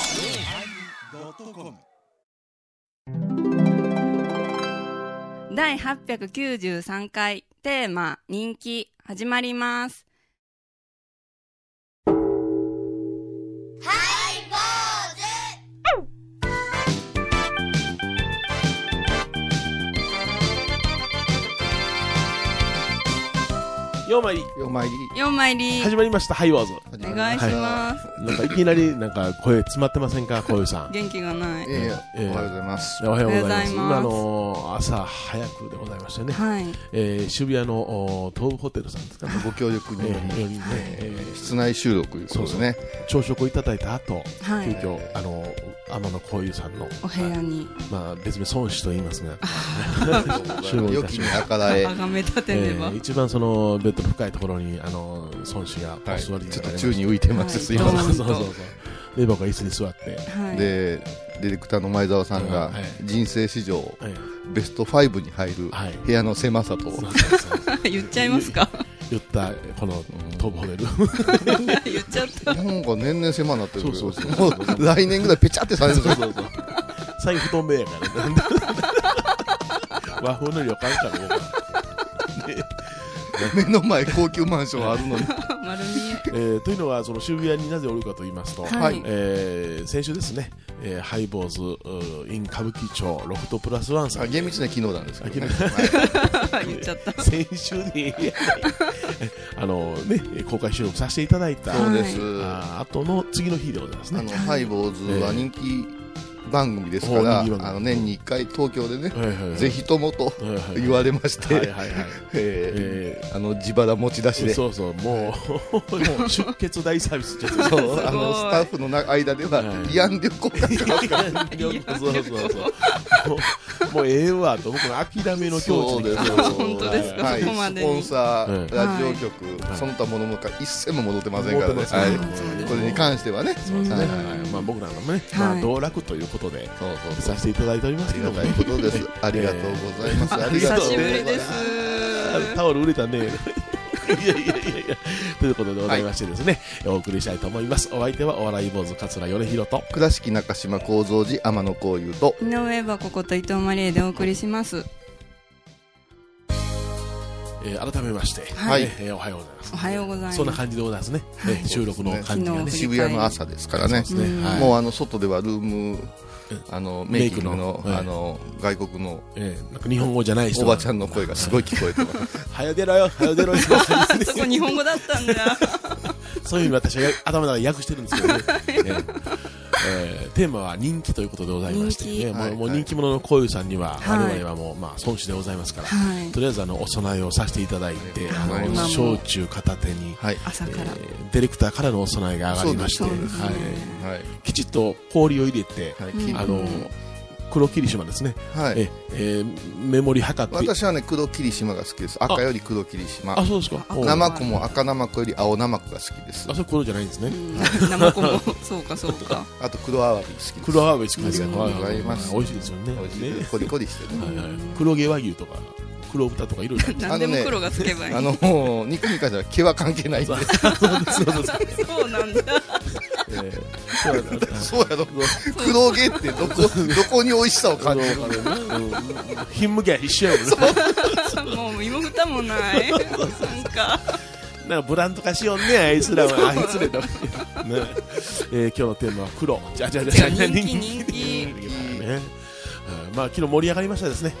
yosmir 第893回テーマ人気始まりますようまいりよまいり4枚入り始まりましたハイワーズ始おまり願いまししたます、なんかいきなりなんか声詰まってませんか小遊さん元気がないいやいやええおはようございますおはようございますお今はよあうの朝早くでございましてね、はいえー渋谷のお東武ホテルさんですかね、ご協力にえよりーよりねえ室内収録いうことでねー朝食をいただいた後は急い遽あの天野小遊さんのお部屋にまあ、別名孫子と言いますが、集合い良たきしにま計らえあがめ立てねば、えー一番そのベッド深いところにあの孫子がおはいちょ座りにっなられましたと宙に浮いてますすいドーまンせとそうそうそうそうで僕は椅子に座って、はんいでディレクターの前澤さんがはい人生史上はいベスト5に入るはい部屋の狭さそとうそうそう 言っちゃいますか 言ったこの東ホテル言っちゃったなんか年々狭なってるけどそうそうもう来年ぐらいペチャってされる ぞそうそう最後布団部屋やからね和風の旅館かな僕は目の前高級マンションあるのに丸見ええーというのはその渋谷になぜおるかと言いますと、はいえー先週ですね、えーハイボーズうー in 歌舞伎町ロフトプラスワンさあん厳密な機能なんですけどね言っちゃった先週でいいやねあのね公開収録させていただいたそうですあとの次の日でございますあね の、ハイボーズは人気番組ですかええら、お人気番組あの年に1回東京でね、はいはいはいぜひともとはいはい言われましはいて、はいはいえええあの自腹持ち出しーで、そうそうそうもうもう出血大サービスちょっとごいあのスタッフのな間でははい慰安旅行がそうそうそうそうもうもうええわと僕の諦めの境地にそうあ本当ですかはい、そこまでスにポンサー、ええラジオ局、はいその他ものもか一銭も戻ってません思かってらね、ますはねい、これに関してはね、そうですねはいまあ僕なんかもねはいまあ道楽ということでそうそうそさうせていただいておりますあけりどがもたいことです、ありがとうございます、あり久がとうごしぶざりいま。ですすタオル売れたね。いやいやいやい や。ということでございましてですね、お送りしたいと思います。お相手はお笑い坊主桂米広と。倉敷中島幸三寺天野幸雄と井上はここと伊藤マリエでお送りしますえー改めまして、はいえーおはようございます。おはようございますそんな感じでございますね。えー収録の感じが昨ね日。渋谷の朝ですからね、そうですね。はい。もうあの外ではルームあのメイキングメイクののはいあの外国のえーなんか日本語じゃない人おが。ばちゃんの声がすごい聞こえてます。早出ろよ、早出ろよ。そこ日本語だった んだ そういうふうに私はや頭の中で訳してるんですけどね。えーえーテーマは人気ということでございまして人気ね、もはういもう人気者のこういうさんには、はい我々はもう、まあ、孫子でございますから、はいとりあえずあのお供えをさせていただいて、あはいの焼酎片手に、はい朝からえーディレクターからのお供えが上がりまして、そうですはいはいきちっと氷を入れて、はいあきの黒霧島ですね、はいええーメモリ測って、私はね黒霧島が好きです。赤より黒霧島あ。そうですか、おう生子も赤生子より青生子が好きですあ。それ黒じゃないんですね、生子もそうかそうかあと黒アワビ好きです。黒アワビ好きですよありがとうございます美味しいですよね、美味しいねコリコリしてはいね。はい黒毛和牛とか黒豚とかいろいろあるんです何でも黒がつけばいい、あのもう肉に関しては毛は関係ないん で。そうなんだけど、えーそうそうやろ。黒毛ってどこどこに美味しさを感じるの。貧無家一緒やもんねもう芋蓋もないなんかなんかブランド化しよんねあいつらはあいつら だね、えー、今日のテーマは黒じゃじゃじゃいや人気人気ねうんまあ昨日盛り上がりましたですね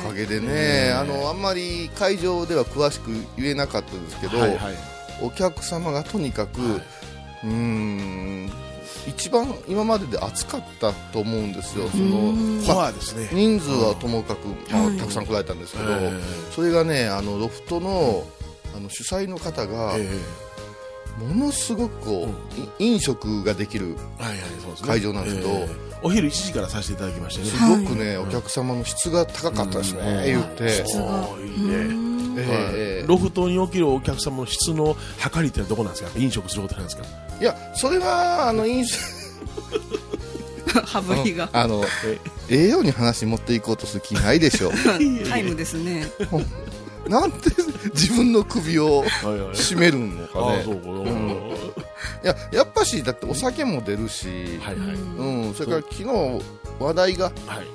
おかはげでえね、あのあんまり会場では詳しく言えなかったんですけど、はいはいお客様がとにかく、はいうーん一番今までで暑かったと思うんですよ、そのコアですね人数はともかく、まはいあ、たくさん来られたんですけど、えそれがねあのロフトのあの主催の方がー、えものすごくこう、い飲食ができるーはいはいそうですね会場なんですけどーお昼1時からさせていただきましてねすごくね、お客様の質が高かったですね、言って。多いねええええロフトにおけるお客様の質の測りってのはどこなんですか飲食することなんですかいやそれはあの飲食いハブヒがあの栄養に話持っていこうとする気ないで しょタイムですねなんて自分の首をはいはい絞めるのかああねそうか、いややっぱしだってお酒も出るし、はいはい。うん、それから昨日話題がはい。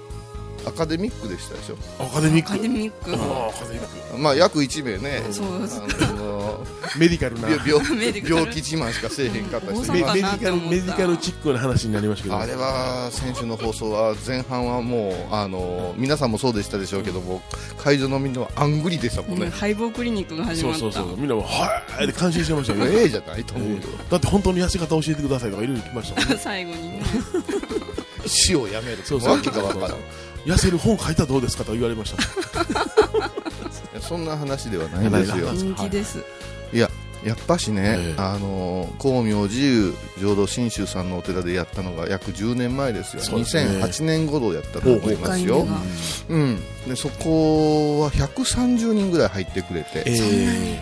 アカデミックでしたでしょ、アカデミアカック。デミックああ、アカデミッまあ、約1名ね、そうですあのク。メディカルな。メ病病メディカル病気自慢しかせえへんかったうん人大メ阪ディカル、メディカルチックな話になりましたけど。あれは先週の放送は前半はもうあの皆さんもそうでしたでしょうけども会場のみんなはあんぐりでしたもんね、ハイボークリニックが始そまったうそうそう。みんなも、はいって感心してましたよね。ええじゃないと思うよ、だって本当の痩せ方教えてくださいとかいろいろ来ましたもんね最後にね死をやめるそうそうわけがわからんい痩せる本書いたらどうですかとか言われましたやそんな話ではないですよは人気ですいややっぱしね、ええあの光明寺由浄土真宗さんのお寺でやったのが約10年前ですよそうですね2008年頃やったと思いますよほうほううん、でそこは130人ぐらい入ってくれてええ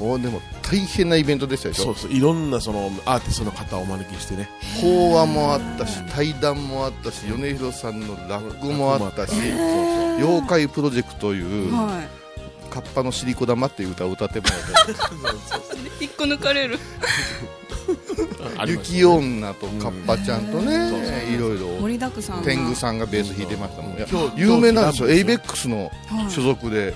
おでも大変なイベントでしたでしそょうそういろんなそのアーティストの方をお招きしてね講話もあったし対談もあったし米広さんの落語もあったし落語もあっ妖怪プロジェクトというは「カッパの尻子玉」っていう歌を歌ってもらい引っこ抜かれるたってりました雪女とカッパちゃんとうんそうねいろい盛ろりだくさん天狗さんがベース弾いてましたもんいや今日有名なんですよ今日 ABEX のはい所属ではい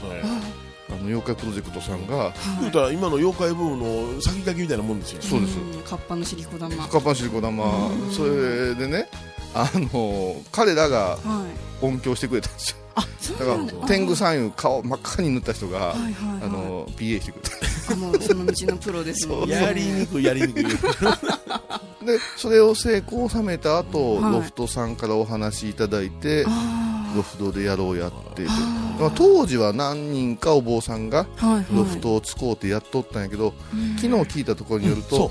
あの妖怪プロジェクトさんが言うたら今の妖怪ブームの先駆けみたいなもんですよそうですんカッパの尻子玉カッパの尻子玉それでねあの彼らはがい音響してくれたんですよあそうだなかんだら天狗さんいう顔真っ赤に塗った人が、はいはいはいあの PA してくれたあもうその道のプロ ですもんねやりにくいやりにくいでそれを成功を収めた後、はいロフトさんからお話いただいてあロフトでやろうやっててまあ当時は何人かお坊さんがーはいはいロフトを使おうってやっとったんやけど、昨日聞いたところによるそ、と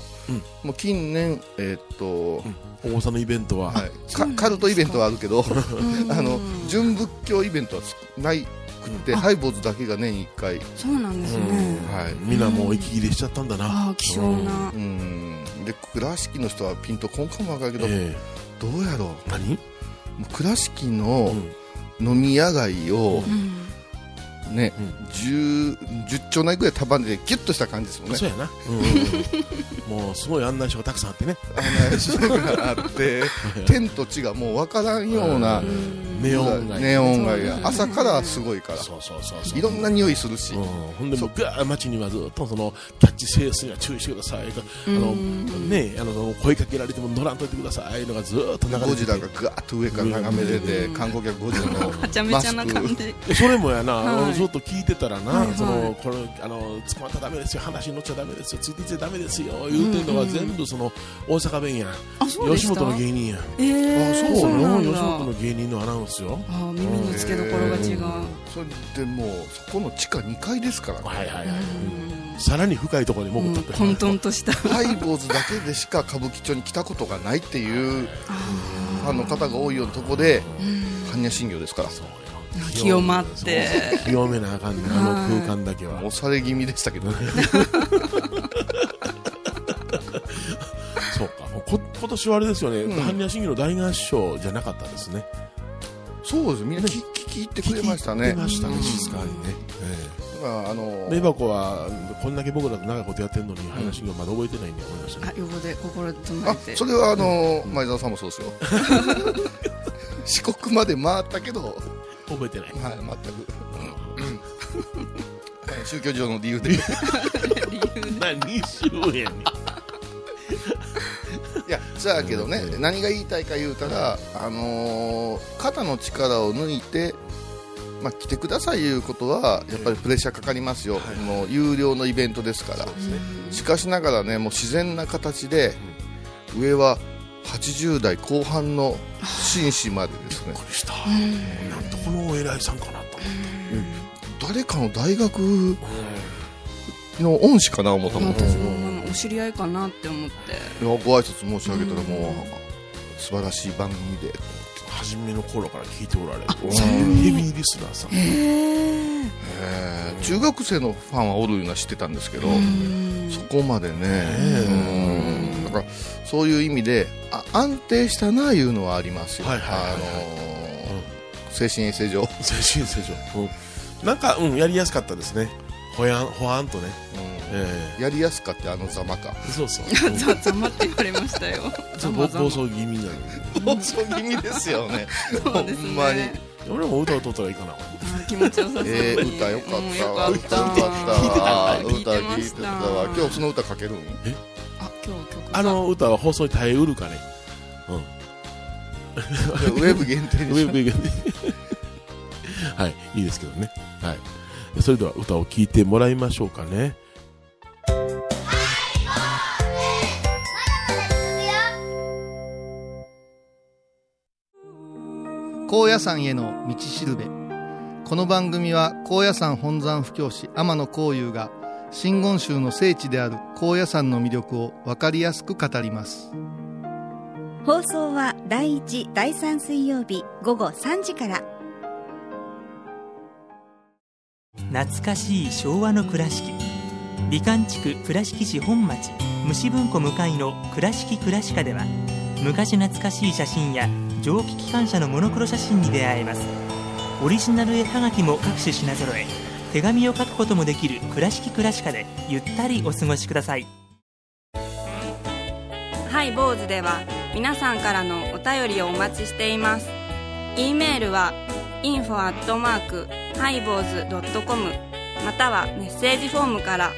うもう近年、えーっとうん大さんのイベントははい、かカルトイベントはあるけどうんあの純仏教イベントはつないくてハイボーズだけが年1回、そうなんですうんねはいみんなもう息切れしちゃったんだなああ希少なうんで倉敷の人はピンとこんかもわかるけど、えどうやろうもえ何う倉敷うのん飲み屋街をうんね、うん 10, 10丁内ぐらい束ねてギュッとした感じですもんねそうやなうんうんうんもうすごい案内所がたくさんあってね あのそういうのがあって天と地がもう分からんようなううんネオン街ネオン街そうが朝からはすごいからそうそうそうそういろんな匂いするし、うん、ほんでもうぐわー街にはずっとそのキャッチセースには注意してくださいとあの、ね、あのその声かけられても乗らんといてくださいのがずーっと流れててゴジラがぐわっと上から眺めれて、うん観光客ゴジラ のはちゃめマちゃスなク感じそれもやな、はいあのずっと聞いてたらな、はいはいそのこれあの捕まったらダメですよ話に乗っちゃダメですよついていっちゃダメですよ言うてんのは全部その大阪弁やんあそうで吉した本の芸人やんえーあそうそうなん吉本だの芸人のアナウンスよああ耳につけどころが違うそれでもうそこの地下2階ですからねはいはいはい、さらに深いところにうん潜ったって混沌としたハイボーズだけでしか歌舞伎町に来たことがないっていうファンの方が多いようなとこで般若心経ですからそうよ清まってそう清めなあかんねあの空間だけは押され気味でしたけどねそうかもうこ今年はあれですよね、ん般若心経の大合唱じゃなかったですねそうですみんな聞聞き入ってくれました聞ねきましたね、うん静かにね、だからあのええレバコはこんだけ僕らと長いことやってるのに般若心経まだ覚えてないんで思いましたねあ横で心で止まあれてそれはあの前澤さんもそうですよ 四国まで回ったけど、はい、覚えてない 全く、うん宗教上の理由でい理由何周やねんやそやけどね何が言いたいか言うたら、あのー肩の力を抜いて、まあ、来てくださいいうことはやっぱりプレッシャーかかりますよ、もう有料のイベントですからしかしながらねもう自然な形で、上は80代後半の紳士までですねこれしたなんとこのお偉いさんかなと思って誰かの大学の恩師かな思ったもん、いや私もまあお知り合いかなって思ってご挨拶申し上げたらもう、素晴らしい番組で初めの頃から聞いておられるそうヘビーリスナーさんへええー中学生のファンはおるのは知ってたんですけど、そこまでね、うんだからそういう意味であ安定したないうのはありますよ、はいはいはいはいあのー精神衛生上、精神正常、うん、なんか、うん、やりやすかったですねほやんほわんとね、ええやりやすかってあのざまかえ そうそう。 ざざまって言われましたよ。 ちざょっと暴まざま暴走気味なのに。放送気味ですよねそうですね ほんまに俺も歌を歌ったらいいかな。あー気持ちよさそうに。えー、歌よかうんったよわかった。わ聞い歌てま聞いしてたた。わ今日その歌かけるんあ、今日曲。あの歌は放送に耐えうるかね。でウェブ限定ウでしェょブ以外ではい、いいですけどね。はい。それでは歌を聴いてもらいましょうかね。高野山への道しるべこの番組は高野山本山布教師天野幸雄が真言宗の聖地である高野山の魅力を分かりやすく語ります放送は第1、第3水曜日午後3時から。懐かしい昭和の倉敷美観地区倉敷市本町虫文庫向かいの「倉敷倉歯科」では昔懐かしい写真や蒸気機関車のモノクロ写真に出会えますオリジナル絵はがきも各種品揃え手紙を書くこともできる「倉敷倉歯科」でゆったりお過ごしくださいはい、坊主では皆さんからのお便りをお待ちしています。e メールは info アットマークハイボーズドットコムまたはメッセージフォームから。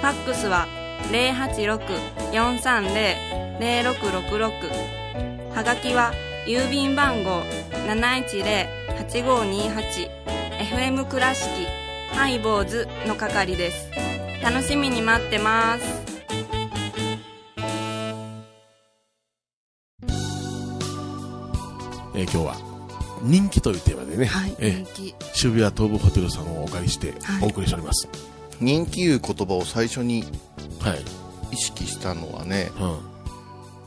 ファックスは086-430-0666はがきは郵便番号710-8528 FM 倉敷ハイボーズの係です。楽しみに待ってます。えー今日は人気というテーマでね、はい、え人ー気。渋谷東武ホテルさんをお借りしてはいお送りしております。人気いう言葉を最初にはい。意識したのはねうん。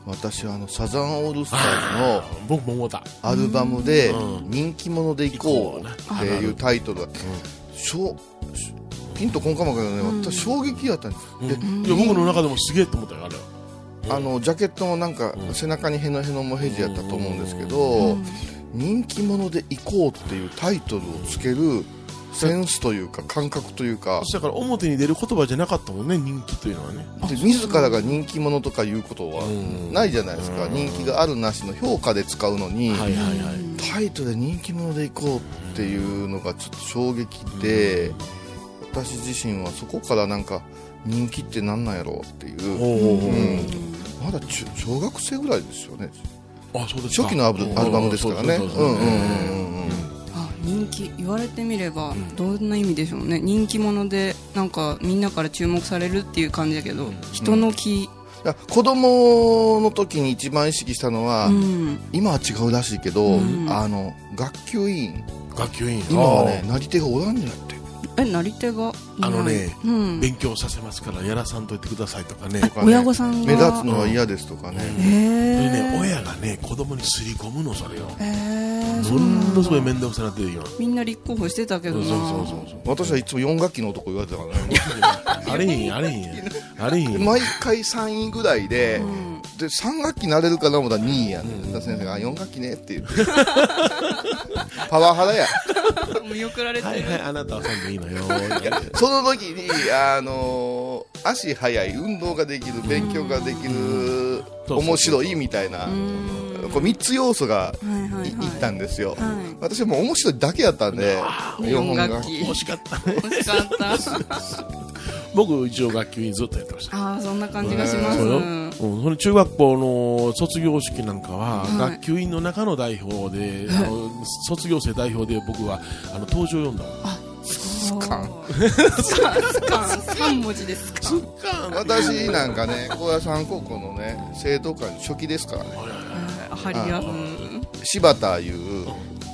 私はあのサザンオールスターズ僕も思った。のアルバムでう「ん人気者で行こう」っていうタイトルがしょしピンとこんかもわからないけどね私衝撃やったんですうんでいや僕の中でもすげえと思ったよ、あれは。あのジャケットもなんか背中にヘノヘノもヘジやったと思うんですけど「人気者で行こう」っていうタイトルをつけるセンスというか感覚というかだから表に出る言葉じゃなかったもんね、人気というのはね。で自らが人気者とかいうことはうんないじゃないですか人気があるなしの評価で使うのにはいはいはい。タイトルで人気者で行こうっていうのがちょっと衝撃で私自身はそこからなんか人気ってなんなんやろうっていうおうおうおうまだ中小学生ぐらいですよねあ、そうですか初期のアブアルバムですからねそううんそうそうそううんうんうんうんあ人気言われてみればどんな意味でしょうね、人気者でなんかみんなから注目されるっていう感じだけど、人の気いや子供の時に一番意識したのは、うん今は違うらしいけど、うんあの学級委員学級委員今はねなり手がおらんのやってえなり手がいないあのねうん、勉強させますからやらさんといてくださいとかねとかね親御さんが目立つのは嫌ですとかね、へそえれね親がね子供にすり込むのそれをへえそもうなんのだすごい面倒くさなってるよみんな立候補してたけそどうなそうそうそう私はいつも4学期の男言われてたからねあれへ んやあれへんやあれへんや毎回3位ぐらいで,、で3学期なれるかな思ったら2位やね、ん、先生が4学期ねって言って パワハラや見送られてはいはいあなたは遊んでいいのよその時に、あのー足速い運動ができる勉強ができるそうそうそう面白いみたいなこう3つ要素はがいはいはいいったんですよ、はい私はもう面白いだけやったんで日本楽期器惜しかった惜しかった僕一応学級委員ずっとやってましたああそんな感じがします、そうよ、うん、その中学校の卒業式なんかは、はい学級委員の中の代表で、あの卒業生代表で僕はあの登場を読んだもんスカンスカンスカン三文字ですか私なんかね高野山高校のね生徒会の初期ですからねハリアン柴田いう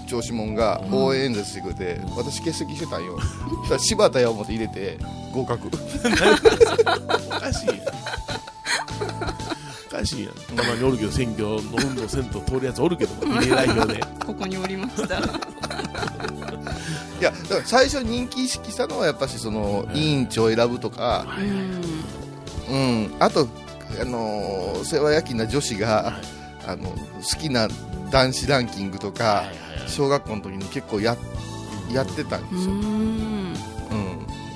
調子者が応援演説してくれて私欠席してた んよそしたら柴田や思って入れて合お格かしいやんおかしいやんたまにおるけど選挙の運動せんと通るやつおるけど もリレー代表でここにおりましたいやだから最初人気意識したのはやっぱしその委員長選ぶとか、うん、あと、あのー世話焼きな女子が、あの好きな男子ランキングとか、小学校の時に結構ややってたんですよ、うん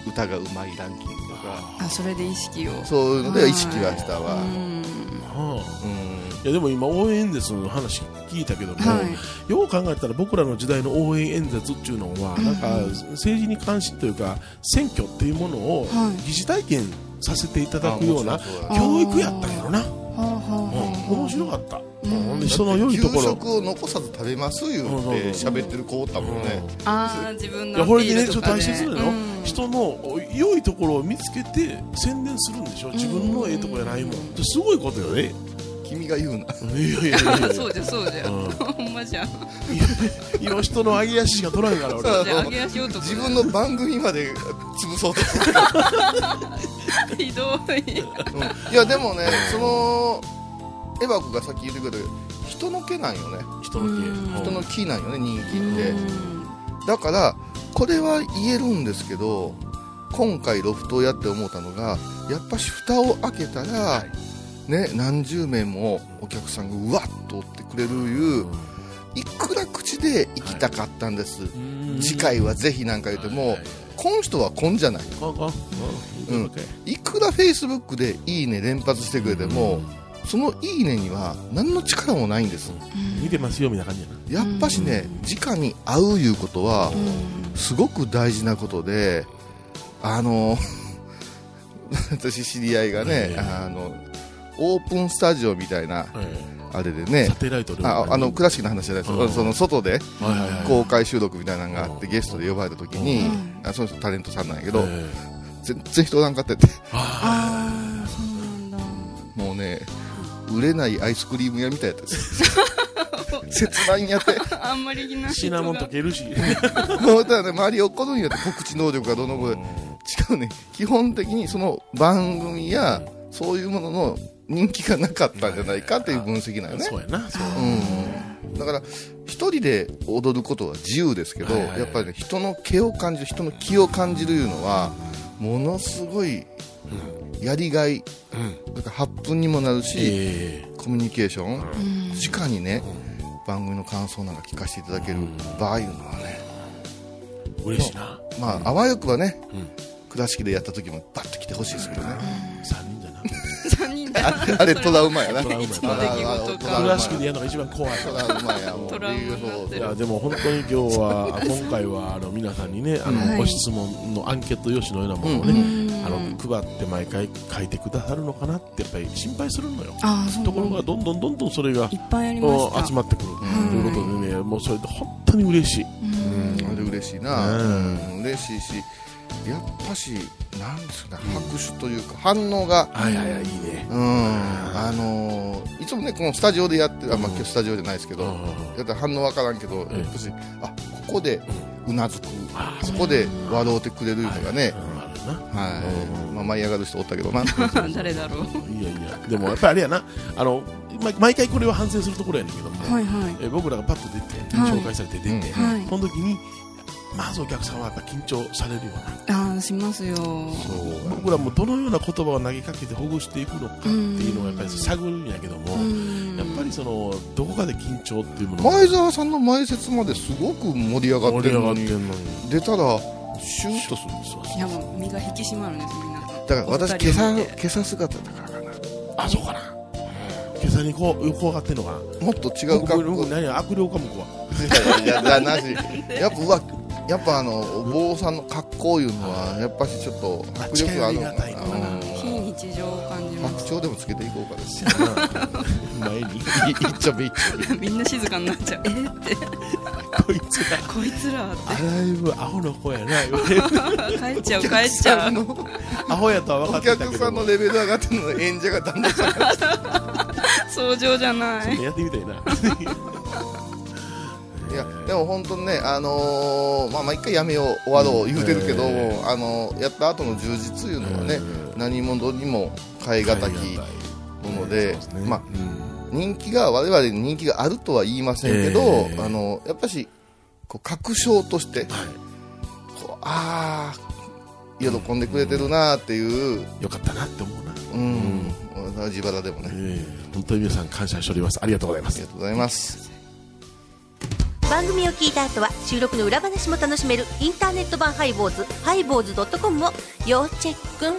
歌がうまいランキングとかかあそれで意識をそういうのでは意識はしたわううんああいんやでも今応援演説の話聞いたけども、はいよう考えたら僕らの時代の応援演説っていうのは、なんか政治に関心というか選挙っていうものをはい疑似体験させていただくようなあもちろんそうだ教育やったけどな、はあはあうんはあ面白かった、うんうんで人の良いところ給食を残さず食べます言そううそうて喋ってる子おったもんね、あー自分いのやアこれピでーねルちとょっとか大で切なの、うん人の良いところを見つけて宣伝するんでしょ自分のええとこやないもん、すごいことよね君が言うないやいやいやいやそうじゃんそうじゃんうんほんまじゃんそ今人の上げ足しか取らんから俺うじゃん揚げ足男自分の番組まで 潰そうとする、ひどいうんいやでもねそのエヴァ子がさっき言ってくれたけど人の毛なんよね人のうん気人の木なんよね人気ってうんだからこれは言えるんですけど今回ロフトをやって思ったのがやっぱし蓋を開けたら、ね、何十名もお客さんがうわっとおってくれるいういくら口で行きたかったんです、次回はぜひなんか言っても、こん人はこんじゃないこうこううんいくらフェイスブックで「いいね」連発してくれても、その「いいね」には何の力もないんです見てますよみたいな感じやなやっぱしね、直に会ういうことはすごく大事なことであの 私知り合いがね、ええあのオープンスタジオみたいなあれでねサテライトでああのクラシックの話じゃないですうんその外ではいはいはい公開収録みたいなのがあってゲストで呼ばれた時にあその人タレントさんなんやけどええ全然人おらんかっててあああそうなんだもうね売れないアイスクリーム屋みたいやったです 切ないんやってあんまりいなーいシ人ナがモン溶けるしもうただね周り怒るんやって告知能力がどうのこうの違うね基本的にその番組やそういうものの人気がなかったんじゃないかっていう分析なんよねそうやなそううんだから一人で踊ることは自由ですけど、はいはいはいやっぱり、ね、人の毛を感じる人の気を感じるいうのはものすごいやりがいだから発奮にもなるし、ええコミュニケーション、直にね、番組の感想なんか聞かせていただける場合いうのはね、嬉しいなまああわよくばね、ん倉敷でやった時もバッと来てほしいですけどね、三人じゃな三人だあれあれトラウマやなトラウマやな一の出来事かあクれあれラシックでやるのが一番怖いトラウマやもうトラウマになっているやでも本当に今日 は今回はあの皆さんにねあの、はいご質問のアンケート用紙のようなものをね、うんあの配って毎回書いてくださるのかなってやっぱり心配するのよあーそうなんだところがどんどんどんどんそれがいっぱいありましたお集まってくるということでね、もうそれで本当に嬉しい、うんあれ嬉しいな、うん嬉しいしやっぱしなんですかね拍手というか反応がはいはいはいいいねうんあのーいつもねこのスタジオでやってるあ、まあ、今日スタジオじゃないですけど、うんやったら反応わからんけど、ええやっぱしあここでうなずく、ここで笑うてくれるのがね、うんあるなはいまあ、舞い上がる人おったけどな 誰だろういやいやでもやっぱりあれやなあのま毎回これは反省するところやねんけども、はいはいえ僕らがパッと出て、はい紹介されて出て、うんはいこの時にまずお客さんはやっぱ緊張されるようなああしますよそう僕らもどのような言葉を投げかけてほぐしていくのかっていうのをやっぱり探るんやけども、うんやっぱりそのどこかで緊張っていうもの前澤さんの前説まですごく盛り上がっ盛てりる上がのってにんのに出たらシューッとするそういそうやもう身が引き締まるんですみんなだから私お今朝二人を見今て朝姿だからかなあそうかな今朝にこう横上がってんのかなもっと違う僕格僕好何や悪霊か向こうはいやいやなしやっぱうわやっぱあのお坊さんの格好いうのはやっぱしちょっと迫力があるのあ近寄りがたいのかな非日常を感じま白鳥でもつけていこうかです前 に一丁目一丁目すみんな静かになっちゃうえーってこいつらこいつらっアライブアホの子や な言われるて帰っちゃう帰おっ客ちゃさうんのアホやとは分かおってた客けさどんものレベル上がってるの演者がだんだん下がって相乗じゃなちょっいとやってみたいないやでも本当にね、あのーまあ、毎回やめよう終わろう言うてるけど、えあのやった後の充実いうのはえね、何者にも代え難きもので,、まあ、あ人気が我々に人気があるとは言いませんけど、ええあのやっぱしこう確証として、こうああ喜んでくれてるなーっていう、よかったなって思うなうん自腹でもね、ええ本当に皆さん感謝しておりますありがとうございまありすがとうございます番組を聞いた後は収録の裏話も楽しめるインターネット版ハイボーズハイボーズ .com を要チェック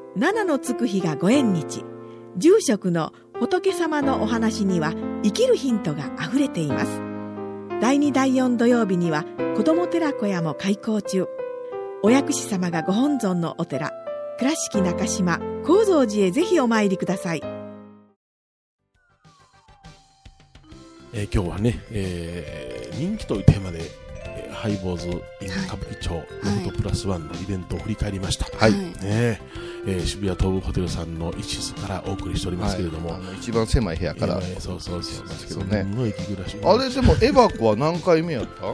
七のつく日がご縁日住職の仏様のお話には生きるヒントがあふれています第2第4土曜日には子ども寺小屋も開校中お薬師様がご本尊のお寺倉敷中島・高蔵寺へぜひお参りくださいえー今日はね、えー人気というテーマで、えーハイボーズ・イン・歌舞伎町、ノートプラスワンのイベントを振り返りました、はいねええー渋谷東武ホテルさんの一室からお送りしておりますけれども、はいあの一番狭い部屋から、えーそうそうそうですけそどう、ねすんごい息暮らしあれでもエバコは何回目やった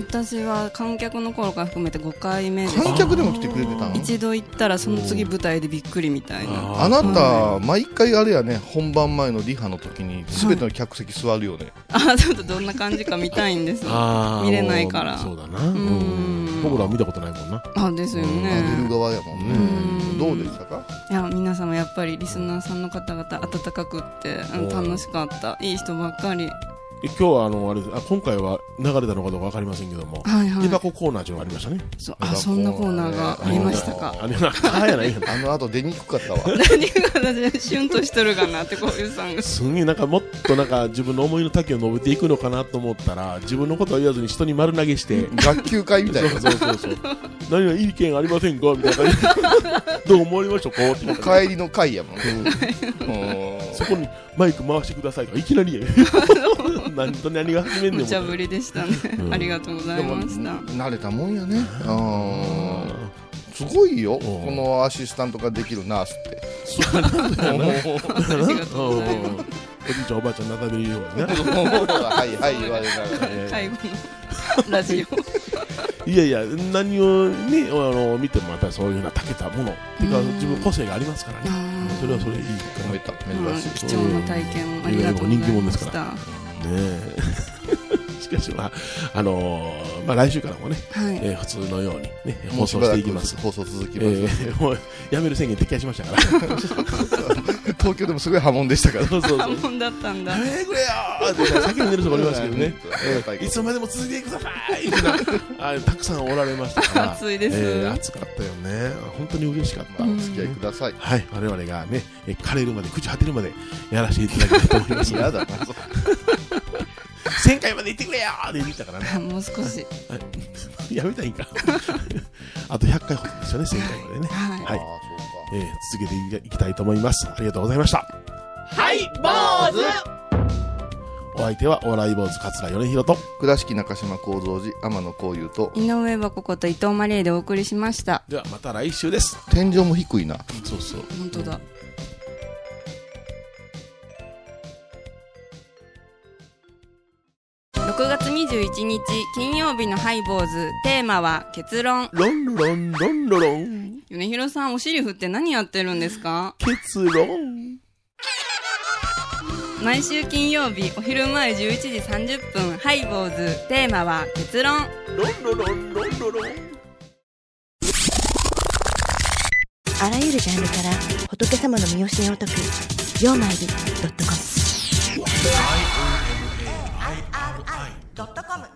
私は観客の頃から含めて5回目です観客でも来てくれてたの一度行ったらその次舞台でびっくりみたいなあなた毎回あれやね本番前のリハの時に全ての客席座るよね、あちょっとどんな感じか見たいんですああー見れないからそうだなうん僕らは見たことないもんなですよあ出るね側やもんねうんどうでしたかいや皆様やっぱりリスナーさんの方々温かくって、うん、楽しかったいい人ばっかりえ今日はあのあれあ今回は流れたのかどうかわかりませんけども、はいはエいバココーナーというのがありましたねそうあそんなコーナーがありましたかあれなあやないやなあの後出にくかったわ何が私シュンとしとるかなってこういうさんがすんげえなんかもっとなんか自分の思いの丈を述べていくのかなと思ったら自分のことは言わずに人に丸投げして 学級会みたいなそうそうそう何かいい意見ありませんかみたいな感じ どう思われましたかって言ったら帰りの会やもんねうんそこにマイク回してくださいとかいきな りや何と何が始めんねん無茶ぶりでしたね、うんありがとうござでいもました慣れたもんやねうんすごいよこのアシスタントができるナースってありがとうございまうんおじいちゃんおばあちゃんなだめるようにねはいはい言われながらす介護のラジオいやいや何をねあの見てもやっぱりそういうようなたけたものっていうか自分個性がありますからねそれはそれいいかな褒めねたうん珍しい貴重な体験をありがとうございましたいやでも人気者ですかえ しかしまああのーまあ来週からもね、はい えー普通のようにね放もうし送ばしらてくいきます放送続きえます、ーもうやめる宣言撤回しま したからそ東京でもすごい波紋でしたからうそうそう関門だったんだやめてくれよーって先に出る人もおりますけどねはい いつまでも続いてくださいって なあたくさんおられましたから暑いですえー暑かったよね本当に嬉しかった、まあお付き合いくださいはい、我々がね、え枯れるまで、朽ち果てるまでやらせていただきたいと思います。嫌だな 1000回まで行ってくれよーって言ってきたからね。あ もう少しやめたいん か。あと100回ほどですよね、1000回までね。はいはいああそうかえー続けていきたいと思います。ありがとうございました。はい、坊主お相手は、お笑い坊主、桂米宏と。倉敷中島幸三寺天野幸雄と井上はここと伊藤マリエでお送りしましたでは、また来週です。天井も低いなそうそう。本当だ6月21日金曜日のハイボーズテーマは結論ロンロン、ロンロロン、米広さんお尻振って何やってるんですか結論。毎週金曜日お昼前11時30分ハイボーズテーマは結論ロンロロン、ロンロロン。あらゆるジャンルから仏様の身教えを解く「曜マイルドットコム」「ドットコム」